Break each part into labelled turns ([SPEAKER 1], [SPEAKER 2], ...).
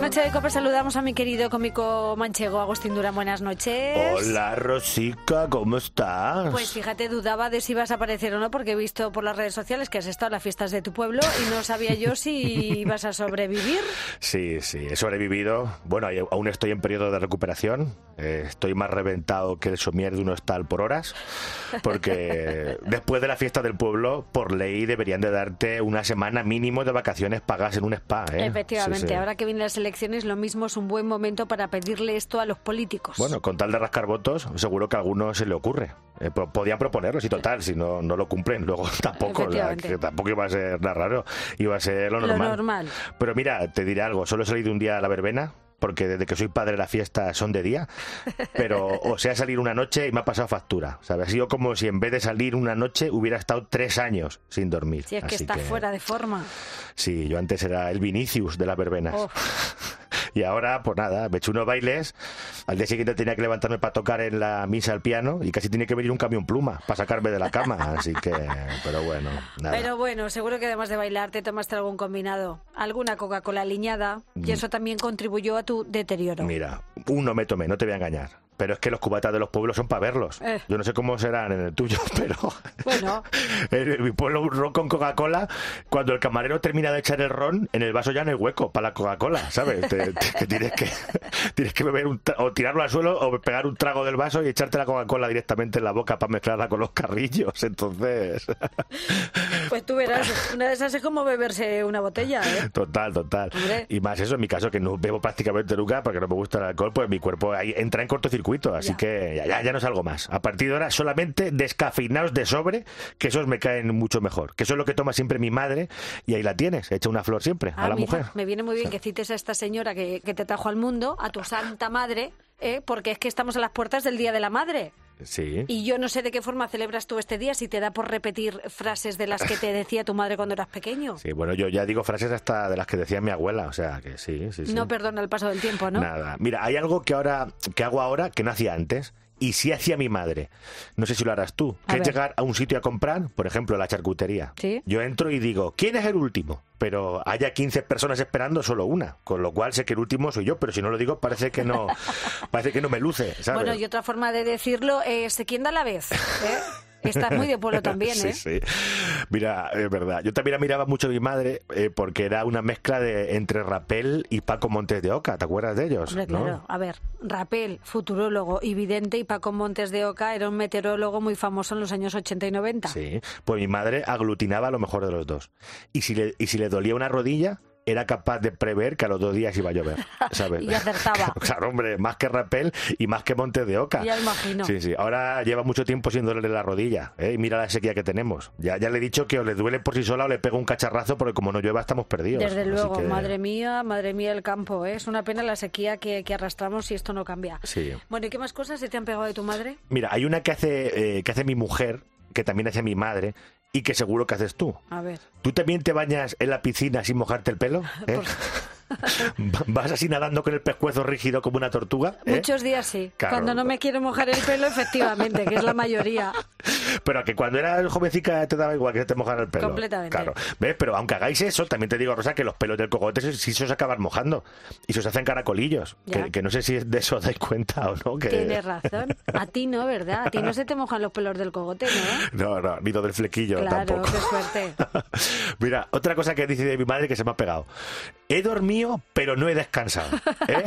[SPEAKER 1] Noche de Copa saludamos a mi querido cómico manchego Agustín Durán. Buenas noches.
[SPEAKER 2] Hola Rosica, ¿cómo estás?
[SPEAKER 1] Pues fíjate, dudaba de si ibas a aparecer o no porque he visto por las redes sociales que has estado en las fiestas de tu pueblo y no sabía yo si ibas a sobrevivir.
[SPEAKER 2] Sí, sí, he sobrevivido. Bueno, y aún estoy en periodo de recuperación. Eh, estoy más reventado que el somier de un hostal por horas. Porque después de la fiesta del pueblo, por ley deberían de darte una semana mínimo de vacaciones pagadas en un spa. ¿eh?
[SPEAKER 1] Efectivamente,
[SPEAKER 2] Sí, sí.
[SPEAKER 1] ahora que vienen las elecciones lo mismo es un buen momento para pedirle esto a los políticos.
[SPEAKER 2] Bueno, con tal de rascar votos, seguro que a alguno se le ocurre. Eh, pro- podían proponerlo, sí, total, si no, no lo cumplen, luego tampoco, o sea,
[SPEAKER 1] Efectivamente.
[SPEAKER 2] que tampoco iba a ser nada raro, iba a ser lo
[SPEAKER 1] Lo
[SPEAKER 2] normal.
[SPEAKER 1] normal.
[SPEAKER 2] Pero mira, te diré algo, solo he salido un día a la verbena, porque desde que soy padre las fiestas son de día, pero o sea, salir una noche y me ha pasado factura, ¿sabes? Ha sido como si en vez de salir una noche hubiera estado tres años sin dormir.
[SPEAKER 1] si es que
[SPEAKER 2] Así
[SPEAKER 1] está fuera de forma.
[SPEAKER 2] Sí, yo antes era el Vinicius de las verbenas.
[SPEAKER 1] Oh.
[SPEAKER 2] Y ahora, pues nada, me eché unos bailes. Al día siguiente tenía que levantarme para tocar en la misa al piano y casi tenía que venir un camión pluma para sacarme de la cama. Así que, pero bueno, nada.
[SPEAKER 1] Pero bueno, seguro que además de bailar te tomaste algún combinado, alguna Coca-Cola aliñada
[SPEAKER 2] Mm.
[SPEAKER 1] y eso también contribuyó a tu deterioro.
[SPEAKER 2] Mira, uno me tomé, no te voy a engañar. Pero es que los cubatas de los pueblos son para verlos.
[SPEAKER 1] Eh.
[SPEAKER 2] Yo no sé cómo serán en el tuyo, pero.
[SPEAKER 1] Bueno.
[SPEAKER 2] en mi pueblo, un ron con Coca-Cola, cuando el camarero termina de echar el ron, en el vaso ya no hay hueco para la Coca-Cola, ¿sabes? Te- te- que tienes, que, tienes que beber un tra- o tirarlo al suelo o pegar un trago del vaso y echarte la Coca-Cola directamente en la boca para mezclarla con los carrillos. Entonces.
[SPEAKER 1] Pues tú verás, una de esas es como beberse una botella, ¿eh?
[SPEAKER 2] Total, total.
[SPEAKER 1] Hombre.
[SPEAKER 2] Y más eso, en mi caso, que no bebo prácticamente nunca porque no me gusta el alcohol, pues mi cuerpo ahí entra en cortocircuito, así
[SPEAKER 1] Ya.
[SPEAKER 2] que ya, ya- ya no salgo más. A partir de ahora, solamente descafeinados de sobre, que esos me caen mucho mejor. Que eso es lo que toma siempre mi madre y ahí la tienes, echa una flor siempre
[SPEAKER 1] Ah,
[SPEAKER 2] a la
[SPEAKER 1] mira,
[SPEAKER 2] mujer.
[SPEAKER 1] Me viene muy bien que cites a esta señora que, que te trajo al mundo, a tu santa madre, ¿eh? porque es que estamos a las puertas del Día de la Madre.
[SPEAKER 2] Sí.
[SPEAKER 1] Y yo no sé de qué forma celebras tú este día, si te da por repetir frases de las que te decía tu madre cuando eras pequeño.
[SPEAKER 2] Sí, bueno, yo ya digo frases hasta de las que decía mi abuela, o sea que sí, sí, sí.
[SPEAKER 1] No perdona el paso del tiempo, ¿no?
[SPEAKER 2] Nada. Mira, hay algo que ahora que hago ahora que no hacía antes y sí hacía mi madre. No sé si lo harás tú.
[SPEAKER 1] A
[SPEAKER 2] que es
[SPEAKER 1] ver.
[SPEAKER 2] llegar a un sitio a comprar, por ejemplo, a la charcutería.
[SPEAKER 1] Sí.
[SPEAKER 2] Yo entro y digo, ¿quién es el último? Pero haya 15 personas esperando solo una, con lo cual sé que el último soy yo, pero si no lo digo parece que no parece que no me luce, ¿sabes?
[SPEAKER 1] Bueno, y otra forma de decirlo es ¿quién da la vez? ¿Eh? Estás muy de pueblo también,
[SPEAKER 2] Sí,
[SPEAKER 1] ¿eh?
[SPEAKER 2] sí. Mira, es verdad. Yo también la miraba mucho a mi madre eh, porque era una mezcla de entre Rapel y Paco Montes de Oca. ¿Te acuerdas de ellos?
[SPEAKER 1] Hombre,
[SPEAKER 2] no?
[SPEAKER 1] claro. A ver, Rapel, futurólogo y vidente, y Paco Montes de Oca era un meteorólogo muy famoso en los años 80 y 90.
[SPEAKER 2] Sí, pues mi madre aglutinaba lo mejor de los dos. Y si le, y si le dolía una rodilla, era capaz de prever que a los dos días iba a llover, ¿sabes?
[SPEAKER 1] Y acertaba.
[SPEAKER 2] Claro, hombre, más que Rapel y más que Montes de Oca.
[SPEAKER 1] Ya imagino.
[SPEAKER 2] Sí, sí. Ahora lleva mucho tiempo sin dolerle la rodilla. ¿eh? Y mira la sequía que tenemos. Ya, ya le he dicho que o le duele por sí sola o le pega un cacharrazo porque como no llueva estamos perdidos.
[SPEAKER 1] Desde
[SPEAKER 2] Así
[SPEAKER 1] luego,
[SPEAKER 2] que-
[SPEAKER 1] madre mía, madre mía el campo. ¿eh? Es una pena la sequía que, que arrastramos si esto no cambia.
[SPEAKER 2] Sí.
[SPEAKER 1] Bueno, ¿y qué más cosas se te han pegado de tu madre?
[SPEAKER 2] Mira, hay una que hace, eh, que hace mi mujer, que también hace mi madre, y que seguro que haces tú.
[SPEAKER 1] A ver.
[SPEAKER 2] ¿Tú también te bañas en la piscina sin mojarte el pelo? ¿Eh? Va- ¿Vas así nadando con el pescuezo rígido como una tortuga? ¿Eh?
[SPEAKER 1] Muchos días sí.
[SPEAKER 2] Claro.
[SPEAKER 1] Cuando no me quiero mojar el pelo, efectivamente, que es la mayoría.
[SPEAKER 2] Pero que cuando eras jovencica te daba igual que se te mojara el pelo.
[SPEAKER 1] Completamente.
[SPEAKER 2] Claro. ¿Ves? Pero aunque hagáis eso, también te digo, Rosa, que los pelos del cogote se- sí se os acaban mojando. Y se os hacen caracolillos.
[SPEAKER 1] Ya.
[SPEAKER 2] Que, que no sé si de eso os dais cuenta o no. Que...
[SPEAKER 1] Tienes razón. A ti no, ¿verdad? A ti no se te mojan los pelos del cogote, ¿no?
[SPEAKER 2] No, no, ni lo del flequillo
[SPEAKER 1] claro,
[SPEAKER 2] tampoco.
[SPEAKER 1] qué suerte.
[SPEAKER 2] Mira, otra cosa que dice mi madre que se me ha pegado. He dormido, pero no he descansado. ¿Eh?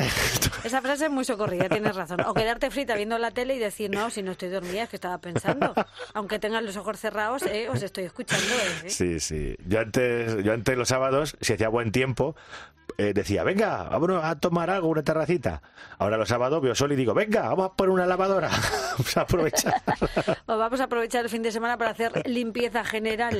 [SPEAKER 1] Esa frase es muy socorrida, tienes razón. O quedarte frita viendo la tele y decir, no, si no estoy dormida, es que estaba pensando. Aunque tengan los ojos cerrados, eh, os estoy escuchando. ¿eh?
[SPEAKER 2] Sí, sí. Yo antes, yo antes los sábados, si hacía buen tiempo, eh, decía, venga, vámonos a tomar algo, una terracita. Ahora los sábados veo sol y digo, venga, vamos a por una lavadora. vamos a aprovechar.
[SPEAKER 1] Pues vamos a aprovechar el fin de semana para hacer limpieza general.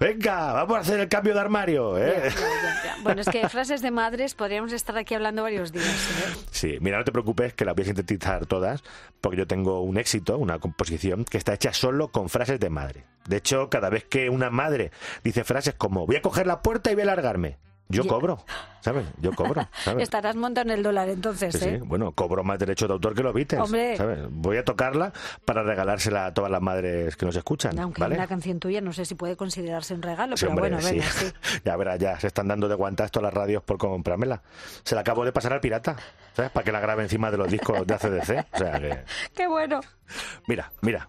[SPEAKER 2] venga, vamos a hacer el cambio de armario.
[SPEAKER 1] Ya,
[SPEAKER 2] ¿eh?
[SPEAKER 1] ya, ya, ya. Bueno, es que frases de madres podríamos estar aquí hablando varios días. ¿eh?
[SPEAKER 2] Sí, mira, no te preocupes que las voy a sintetizar todas, porque yo tengo un éxito, una composición, que está hecha solo con frases de madre. De hecho, cada vez que una madre dice frases como voy a coger la puerta y voy a largarme, Yo cobro, ¿sabes? Yo cobro, ¿sabes?
[SPEAKER 1] Estarás montando el dólar entonces,
[SPEAKER 2] Sí, sí.
[SPEAKER 1] ¿eh?
[SPEAKER 2] Bueno, cobro más derecho de autor que los Beatles,
[SPEAKER 1] Hombre.
[SPEAKER 2] ¿sabes? Voy a tocarla para regalársela a todas las madres que nos escuchan,
[SPEAKER 1] Aunque
[SPEAKER 2] ¿vale?
[SPEAKER 1] una canción tuya no sé si puede considerarse un regalo,
[SPEAKER 2] Sí,
[SPEAKER 1] pero
[SPEAKER 2] hombre,
[SPEAKER 1] bueno,
[SPEAKER 2] sí.
[SPEAKER 1] venga, sí.
[SPEAKER 2] Ya verás, ya se están dando de guantazo a las radios por comprármela. Se la acabo de pasar al pirata, ¿sabes? Para que la grabe encima de los discos de ACDC. O sea que.
[SPEAKER 1] Qué bueno.
[SPEAKER 2] Mira, mira.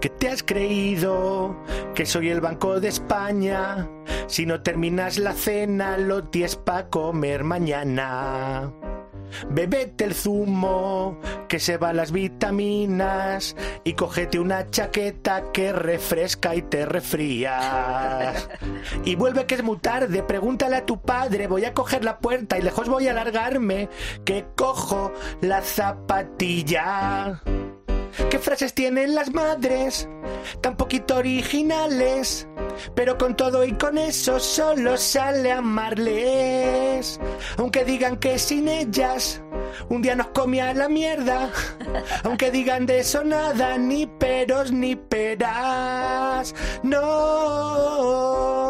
[SPEAKER 2] ¿Qué te has creído? Que soy el Banco de España. Si no terminas la cena, lo tienes pa' comer mañana. Bebete el zumo, que se van las vitaminas. Y cógete una chaqueta que refresca y te refrías. Y vuelve que es muy tarde, pregúntale a tu padre, voy a coger la puerta y lejos voy a alargarme, que cojo la zapatilla. ¿Qué frases tienen las madres? Tan poquito originales. Pero con todo y con eso solo sale amarles. Aunque digan que sin ellas un día nos comía la mierda. Aunque digan de eso nada, ni peros ni peras. No.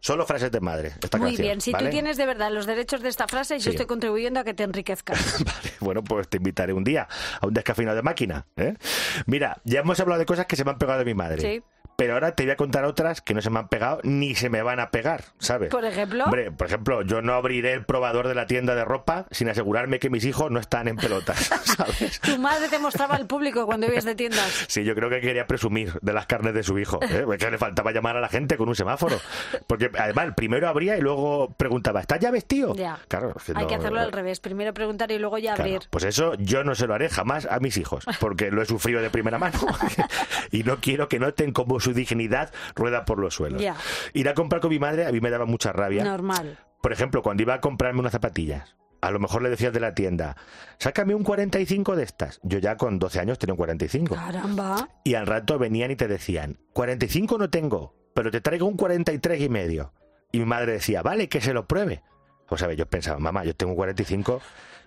[SPEAKER 2] Solo frases de madre. esta
[SPEAKER 1] Muy
[SPEAKER 2] canción,
[SPEAKER 1] bien, si
[SPEAKER 2] ¿vale?
[SPEAKER 1] tú tienes de verdad los derechos de esta frase,
[SPEAKER 2] Sí.
[SPEAKER 1] yo estoy contribuyendo a que te enriquezcas.
[SPEAKER 2] Vale, bueno, pues te invitaré un día a un descafeinado de máquina. ¿eh? Mira, ya hemos hablado de cosas que se me han pegado de mi madre.
[SPEAKER 1] Sí.
[SPEAKER 2] Pero ahora te voy a contar otras que no se me han pegado ni se me van a pegar, ¿sabes?
[SPEAKER 1] Por ejemplo,
[SPEAKER 2] Hombre, por ejemplo, yo no abriré el probador de la tienda de ropa sin asegurarme que mis hijos no están en pelotas, ¿sabes?
[SPEAKER 1] tu madre te mostraba al público cuando ibas de tiendas.
[SPEAKER 2] Sí, yo creo que quería presumir de las carnes de su hijo. ¿eh? Porque le faltaba llamar a la gente con un semáforo. Porque además, primero abría y luego preguntaba, ¿estás ya vestido?
[SPEAKER 1] Ya.
[SPEAKER 2] Claro, es
[SPEAKER 1] Hay que
[SPEAKER 2] no- eh,
[SPEAKER 1] hacerlo al revés. Primero preguntar y luego ya
[SPEAKER 2] Claro,
[SPEAKER 1] abrir.
[SPEAKER 2] pues eso yo no se lo haré jamás a mis hijos, porque lo he sufrido de primera mano y no quiero que noten cómo su dignidad rueda por los suelos.
[SPEAKER 1] Ya.
[SPEAKER 2] Ir a comprar con mi madre a mí me daba mucha rabia.
[SPEAKER 1] Normal.
[SPEAKER 2] Por ejemplo, cuando iba a comprarme unas zapatillas, a lo mejor le decías de la tienda, sácame un 45 de estas. Yo ya con 12 años tenía un 45.
[SPEAKER 1] Caramba.
[SPEAKER 2] Y al rato venían y te decían, 45 no tengo, pero te traigo un 43 y medio. Y mi madre decía, vale, que se lo pruebe. O sea, yo pensaba, mamá, yo tengo un 45,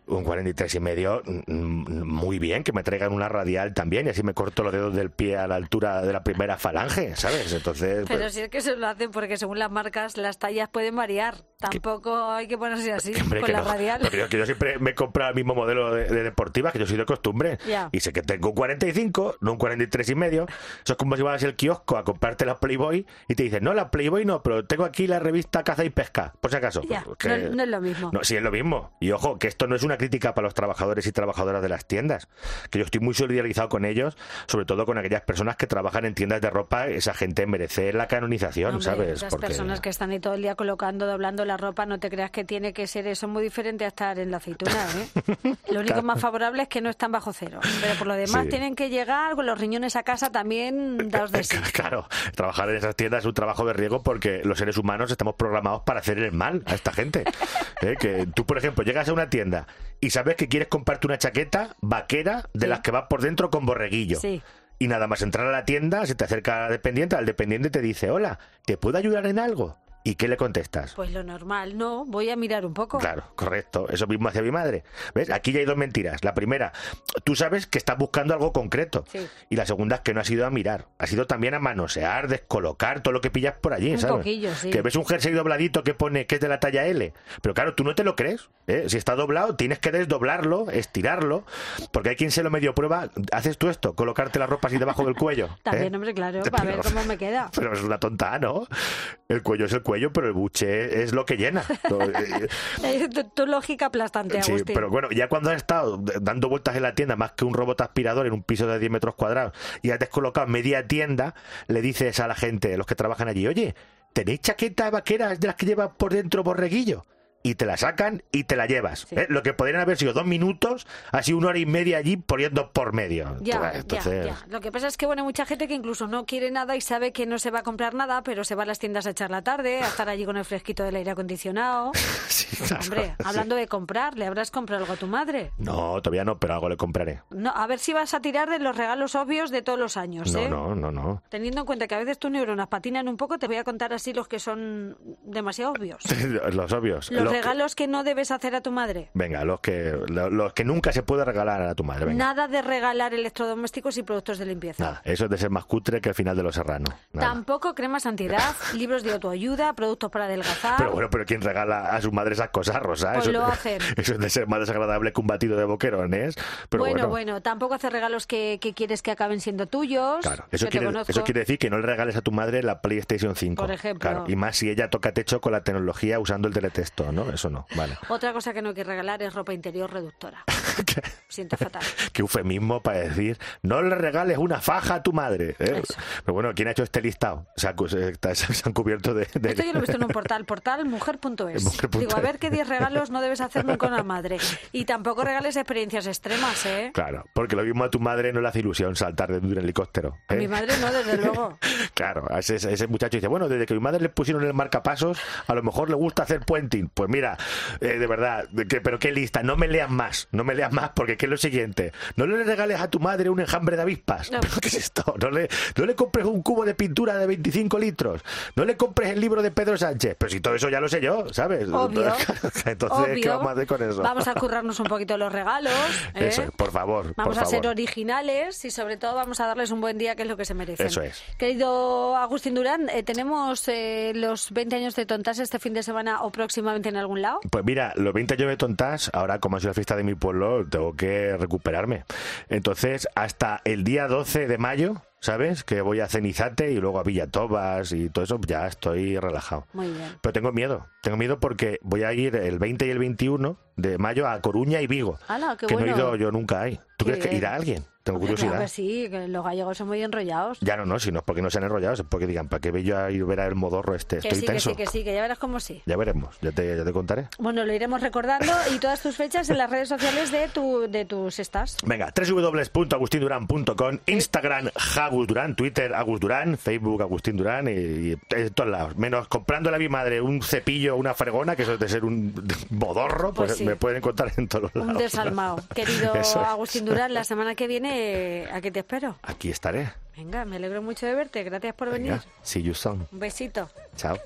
[SPEAKER 2] un 43 y medio, mm, mm, muy bien, que me traigan una radial también, y así me corto los dedos del pie a la altura de la primera falange, ¿sabes? Entonces,
[SPEAKER 1] Pero
[SPEAKER 2] pues,
[SPEAKER 1] si es que se lo hacen porque según las marcas las tallas pueden variar. Tampoco hay que ponerse así
[SPEAKER 2] que, hombre,
[SPEAKER 1] con
[SPEAKER 2] que
[SPEAKER 1] la
[SPEAKER 2] no.
[SPEAKER 1] radial.
[SPEAKER 2] Porque yo, que yo siempre me he comprado el mismo modelo de, de deportiva, que yo soy de costumbre,
[SPEAKER 1] Ya.
[SPEAKER 2] y sé que tengo un 45, no un 43 y medio. Eso es como si vas al kiosco a comprarte la Playboy y te dicen, no, la Playboy no, pero tengo aquí la revista Caza y Pesca, por si acaso.
[SPEAKER 1] Ya,
[SPEAKER 2] Porque-
[SPEAKER 1] no- no es lo mismo.
[SPEAKER 2] No, sí, es lo mismo. Y ojo, que esto no es una crítica para los trabajadores y trabajadoras de las tiendas, que yo estoy muy solidarizado con ellos, sobre todo con aquellas personas que trabajan en tiendas de ropa, esa gente merece la canonización,
[SPEAKER 1] Hombre,
[SPEAKER 2] ¿sabes?
[SPEAKER 1] Las
[SPEAKER 2] Porque-
[SPEAKER 1] personas que están ahí todo el día colocando, doblando la ropa, no te creas que tiene que ser eso muy diferente a estar en la aceituna. ¿eh? Lo único más favorable es que no están bajo cero. Pero por lo demás,
[SPEAKER 2] Sí.
[SPEAKER 1] tienen que llegar con los riñones a casa también daos de sí.
[SPEAKER 2] Claro, trabajar en esas tiendas es un trabajo de riesgo porque los seres humanos estamos programados para hacer el mal a esta gente. ¿Eh? Que tú, por ejemplo, llegas a una tienda y sabes que quieres comprarte una chaqueta vaquera
[SPEAKER 1] Sí.
[SPEAKER 2] de las que va por dentro con borreguillo.
[SPEAKER 1] Sí.
[SPEAKER 2] Y nada más entrar a la tienda, se te acerca la dependiente, al dependiente te dice, hola, ¿te puedo ayudar en algo? ¿Y qué le contestas?
[SPEAKER 1] Pues lo normal, no, voy a mirar un poco.
[SPEAKER 2] Claro, correcto. Eso mismo hacía mi madre. ¿Ves? Aquí ya hay dos mentiras. La primera, tú sabes que estás buscando algo concreto.
[SPEAKER 1] Sí.
[SPEAKER 2] Y la segunda es que no has ido a mirar. Has ido también a manosear, descolocar todo lo que pillas por allí,
[SPEAKER 1] Un
[SPEAKER 2] ¿sabes?
[SPEAKER 1] poquillo, sí.
[SPEAKER 2] Que ves un jersey dobladito que pone que es de la talla L. Pero claro, tú no te lo crees. ¿eh? Si está doblado, tienes que desdoblarlo, estirarlo. Porque hay quien se lo medio prueba. Haces tú esto, colocarte la ropa así debajo del cuello. ¿eh?
[SPEAKER 1] También, hombre, claro, para ver
[SPEAKER 2] Pero-
[SPEAKER 1] cómo me queda.
[SPEAKER 2] Pero es una tonta, ¿no? El cuello es el cuello, pero el buche es lo que llena. No, eh,
[SPEAKER 1] Eh, tu, tu lógica aplastante,
[SPEAKER 2] Sí,
[SPEAKER 1] Agustín.
[SPEAKER 2] pero bueno, ya cuando has estado d- dando vueltas en la tienda más que un robot aspirador en un piso de 10 metros cuadrados y has descolocado media tienda, le dices a la gente, a los que trabajan allí, oye, ¿tenéis chaquetas vaqueras de las que lleva por dentro borreguillo? Y te la sacan y te la llevas.
[SPEAKER 1] Sí.
[SPEAKER 2] ¿eh? Lo que podrían haber sido dos minutos, así una hora y media allí poniendo por medio.
[SPEAKER 1] Ya,
[SPEAKER 2] pues, Entonces,
[SPEAKER 1] ya, ya. Lo que pasa es que, bueno, hay mucha gente que incluso no quiere nada y sabe que no se va a comprar nada, pero se va a las tiendas a echar la tarde, a estar allí con el fresquito del aire acondicionado.
[SPEAKER 2] sí, claro,
[SPEAKER 1] Hombre,
[SPEAKER 2] sí.
[SPEAKER 1] hablando de comprar, ¿le habrás comprado algo a tu madre?
[SPEAKER 2] No, todavía no, pero algo le compraré.
[SPEAKER 1] No, a ver si vas a tirar de los regalos obvios de todos los años,
[SPEAKER 2] No,
[SPEAKER 1] ¿eh?
[SPEAKER 2] no, no, no.
[SPEAKER 1] Teniendo en cuenta que a veces tus neuronas patinan un poco, te voy a contar así los que son demasiado obvios.
[SPEAKER 2] Los obvios.
[SPEAKER 1] Los
[SPEAKER 2] Los que-
[SPEAKER 1] regalos que... no debes hacer a tu madre.
[SPEAKER 2] Venga, los que, lo- los que nunca se puede regalar a tu madre. Venga.
[SPEAKER 1] Nada de regalar electrodomésticos y productos de limpieza.
[SPEAKER 2] Nada, eso es de ser más cutre que el final de Los Serranos.
[SPEAKER 1] Tampoco cremas antiedad, libros de autoayuda, productos para adelgazar.
[SPEAKER 2] Pero bueno, pero ¿quién regala a su madre esas cosas, Rosa?
[SPEAKER 1] Pues
[SPEAKER 2] eso,
[SPEAKER 1] lo hacen.
[SPEAKER 2] eso es de ser más desagradable que un batido de boquerones. Pero
[SPEAKER 1] bueno,
[SPEAKER 2] bueno,
[SPEAKER 1] bueno, tampoco hacer regalos que, que quieres que acaben siendo tuyos.
[SPEAKER 2] Claro, eso
[SPEAKER 1] Yo te
[SPEAKER 2] quiere,
[SPEAKER 1] conozco.
[SPEAKER 2] eso quiere decir que no le regales a tu madre la PlayStation 5.
[SPEAKER 1] Por ejemplo.
[SPEAKER 2] Claro, y más si ella toca techo con la tecnología usando el teletexto, ¿no? Eso no, vale.
[SPEAKER 1] Otra cosa que no hay que regalar es ropa interior reductora. Siento fatal.
[SPEAKER 2] Qué eufemismo para decir, no le regales una faja a tu madre. ¿eh?
[SPEAKER 1] Eso.
[SPEAKER 2] Pero bueno, ¿quién ha hecho este listado? Se, han cu- se- se han cubierto de... de-
[SPEAKER 1] Esto yo lo he visto en un portal, portal mujer.es.
[SPEAKER 2] Mujer punto
[SPEAKER 1] Digo, a
[SPEAKER 2] es.
[SPEAKER 1] ver qué 10 regalos no debes hacer nunca a una madre. Y tampoco regales experiencias extremas, ¿eh?
[SPEAKER 2] Claro, porque lo mismo a tu madre no le hace ilusión saltar de un helicóptero.
[SPEAKER 1] A
[SPEAKER 2] ¿eh?
[SPEAKER 1] mi madre no, desde luego.
[SPEAKER 2] Claro, a ese, ese muchacho dice, bueno, desde que a mi madre le pusieron el marcapasos, a lo mejor le gusta hacer puenting. Pues mira, eh, de verdad, de que- pero qué lista, no me leas más, no me leas más, porque ¿qué es lo siguiente? No le regales a tu madre un enjambre de avispas.
[SPEAKER 1] No.
[SPEAKER 2] ¿Pero qué es esto? No le, no le compres un cubo de pintura de 25 litros. No le compres el libro de Pedro Sánchez. Pero si todo eso ya lo sé yo, ¿sabes?
[SPEAKER 1] Obvio.
[SPEAKER 2] Entonces, ¿qué
[SPEAKER 1] Obvio.
[SPEAKER 2] vamos a hacer con eso?
[SPEAKER 1] Vamos a currarnos un poquito los regalos. ¿eh?
[SPEAKER 2] Eso, es, por favor,
[SPEAKER 1] Vamos
[SPEAKER 2] por
[SPEAKER 1] a ser
[SPEAKER 2] favor.
[SPEAKER 1] originales y sobre todo vamos a darles un buen día, que es lo que se merecen.
[SPEAKER 2] Eso es.
[SPEAKER 1] Querido Agustín Durán, eh, ¿tenemos eh, los 20 años de tontas este fin de semana o próximamente en algún lado?
[SPEAKER 2] Pues mira, los 20 años de tontas, ahora como ha sido la fiesta de mi pueblo, tengo que recuperarme. Entonces, hasta el día 12 de mayo, ¿sabes? Que voy a Cenizate y luego a Villatobas y todo eso, ya estoy relajado.
[SPEAKER 1] Muy bien.
[SPEAKER 2] Pero tengo miedo, tengo miedo porque voy a ir el 20 y el 21 de mayo a Coruña y Vigo,
[SPEAKER 1] ¡Hala, qué
[SPEAKER 2] que no
[SPEAKER 1] bueno!
[SPEAKER 2] he ido yo nunca ahí. ¿Tú
[SPEAKER 1] Qué
[SPEAKER 2] crees que
[SPEAKER 1] bien.
[SPEAKER 2] irá alguien? Tengo
[SPEAKER 1] Hombre,
[SPEAKER 2] curiosidad.
[SPEAKER 1] Claro que sí, que los gallegos son muy enrollados.
[SPEAKER 2] Ya no, no, si no es porque no se han enrollado, es porque digan, ¿para qué voy yo a ir a ver al modorro este?
[SPEAKER 1] Que
[SPEAKER 2] Estoy
[SPEAKER 1] sí,
[SPEAKER 2] tenso.
[SPEAKER 1] que sí, que sí, que ya verás cómo sí.
[SPEAKER 2] Ya veremos, ya te, ya te contaré.
[SPEAKER 1] Bueno, lo iremos recordando y todas tus fechas en las redes sociales de tu de tus estas.
[SPEAKER 2] Venga, www.agustindurán.com, Instagram, Agus Durán, Twitter, Agus Durán, Facebook, Agustín Durán y, y en todos lados. Menos comprándole a mi madre un cepillo, una fregona, que eso es de ser un bodorro, pues,
[SPEAKER 1] Pues sí.
[SPEAKER 2] me pueden encontrar en todos lados.
[SPEAKER 1] Un desalmado. Querido
[SPEAKER 2] Eso es.
[SPEAKER 1] Agustín Durán, la semana que viene, ¿a qué te espero?
[SPEAKER 2] Aquí estaré.
[SPEAKER 1] Venga, me alegro mucho de verte. Gracias por venir.
[SPEAKER 2] Venga, see you soon.
[SPEAKER 1] Un besito.
[SPEAKER 2] Chao.